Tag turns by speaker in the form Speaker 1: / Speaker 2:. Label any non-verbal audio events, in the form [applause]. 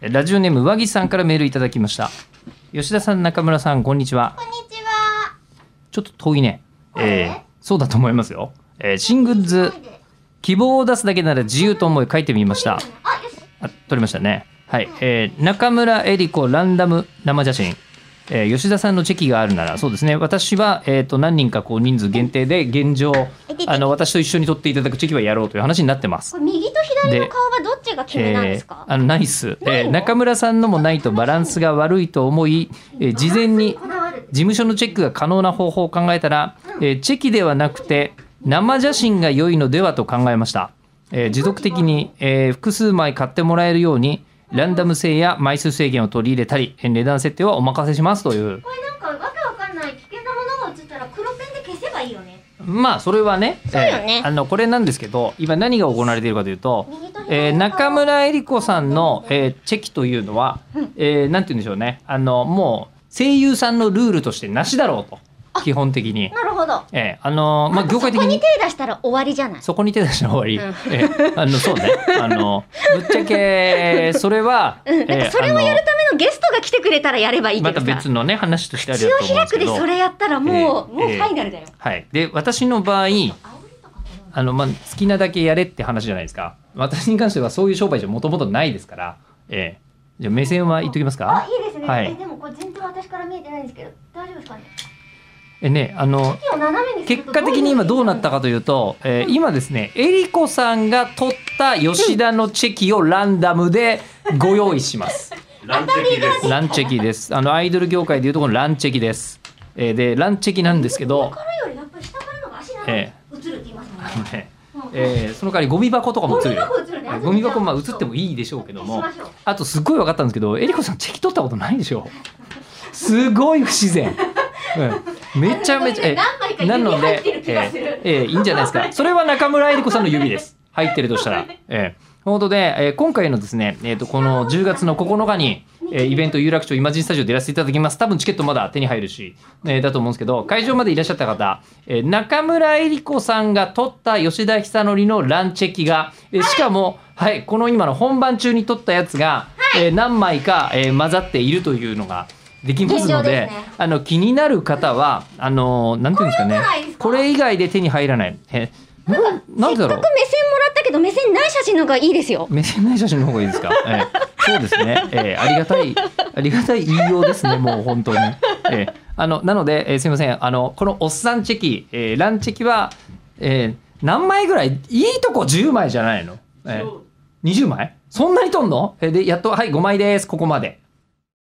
Speaker 1: ラジオネーム和木さんからメールいただきました吉田さん中村さんこんにちは
Speaker 2: こんにちは。
Speaker 1: ちょっと遠いね、えーそうだと思いますよ、えー新グッズ希望を出すだけなら自由と思い書いてみました
Speaker 2: あ、よし。
Speaker 1: あ撮りましたねはい、えー中村江里子ランダム生写真、えー吉田さんのチェキがあるならそうですね私は、えー、と何人かこう人数限定で現状あの私と一緒に撮っていただくチェキはやろうという話になってます
Speaker 2: これ右と左の顔はどっちが決めなんですか
Speaker 1: えー。あのないっす、えー中村さんのもないとバランスが悪いと思い、えー事前に
Speaker 2: こだわる
Speaker 1: 事。務所のチェックが可能な方法を考えたら、えーチェキではなくて生写真が良いのではと考えました、えー持続的に、えー複数枚買ってもらえるようにランダム性や枚数制限を取り入れたりえー値段設定はお任せしますという
Speaker 2: これなんかわけわかんない危険なものが映ったら黒ペンで消せばいいよね。
Speaker 1: まあそれはね
Speaker 2: そうよね
Speaker 1: えーあのこれなんですけど今何が行われているかというと
Speaker 2: 右と、左
Speaker 1: えー中村江里子さんの、えーチェキというのは、えーなんて言うんでしょうねあのもう声優さんのルールとしてなしだろうと基本的に、
Speaker 2: なるほど。
Speaker 1: えーあのーまあ、業界的
Speaker 2: そこに
Speaker 1: に
Speaker 2: 手出したら終わりじゃない。
Speaker 1: そこに手出したら終わり、
Speaker 2: う
Speaker 1: えーあのそうねあのぶっちゃけそれは、
Speaker 2: うん、なん
Speaker 1: え
Speaker 2: か
Speaker 1: ー
Speaker 2: それをやるためのゲストが来てくれたらやればいいけ
Speaker 1: また
Speaker 2: どさ。
Speaker 1: 別のね話としてある
Speaker 2: 血
Speaker 1: や
Speaker 2: を
Speaker 1: と思うんで
Speaker 2: 開
Speaker 1: すけ
Speaker 2: くで
Speaker 1: ど
Speaker 2: それやったらもう、
Speaker 1: えー
Speaker 2: もう
Speaker 1: え
Speaker 2: フ
Speaker 1: ー
Speaker 2: ァイナルだよ。
Speaker 1: はい、で私の場合
Speaker 2: 煽りとかかな
Speaker 1: あの、まあ、好きなだけやれって話じゃないですか。私に関してはそういう商売じゃもともとないですから。ええ。じゃあ目線は言っときます
Speaker 2: あ
Speaker 1: か、
Speaker 2: いいですね。
Speaker 1: はい
Speaker 2: えでもこれ全然私から見えてないんですけど、大丈夫ですかね。
Speaker 1: えね、あの、
Speaker 2: 手を斜めにする
Speaker 1: 結
Speaker 2: と
Speaker 1: 果的に今どうなったかというと、えー今ですね、えりこさんが取った吉田のチェキをランダムでご用意します。
Speaker 3: ランチェキです。
Speaker 1: ランチェキです。あの、アイドル業界でいうとこのランチェキです。えーで、ランチェキなんですけど、
Speaker 2: これよりやっぱり下からの方が足なのに
Speaker 1: え
Speaker 2: 映るって言いますもんね
Speaker 1: あ。のね
Speaker 2: うん
Speaker 1: えーその代わりゴミ箱とかも映るよ
Speaker 2: ゴミ箱映るね
Speaker 1: ゴミ箱まあ映ってもいいでしょうけどもあとすっごい分かったんですけどえりこさんチェキ取ったことないでしょすごい不自然、うん、めちゃめちゃえ
Speaker 2: 何枚か指入ってる気がする
Speaker 1: なのでえーえーいいんじゃないです
Speaker 2: [laughs]
Speaker 1: かそれは中村えりこさんの指です入ってるとしたらえーということで、えー今回のですね、えー、とこの10月の9日に、えーイベント有楽町イマジンスタジオでやらせていただきます多分チケットまだ手に入るし、えーだと思うんですけど会場までいらっしゃった方、えー中村えり子さんが撮った吉田久典のランチェキが、えーしかも、はい、この今の本番中に撮ったやつが、えー何枚か、えー混ざっているというのができますの
Speaker 2: 現状
Speaker 1: で
Speaker 2: ですね
Speaker 1: あの気になる方はあのーなんていうんですかね
Speaker 2: これ以外な
Speaker 1: これ
Speaker 2: いですか
Speaker 1: 以外で手に入らない。えーなんなんでだろう
Speaker 2: せっかく目線もらったけど目線ない写真の方がいいですよ。
Speaker 1: 目線ない写真の方がいいですか。ええ、そうですね。ええ、ありがたい、ありがたい言いようですね。もう本当に。ええ、あの、なので、ええすみません。あの、このおっさんチェキ、ええ、ランチェキは。ええ、何枚ぐらい、いいとこ10枚じゃないの。ええ、20枚。そんなにとんの。ええで、やっと、はい、5枚です。ここまで。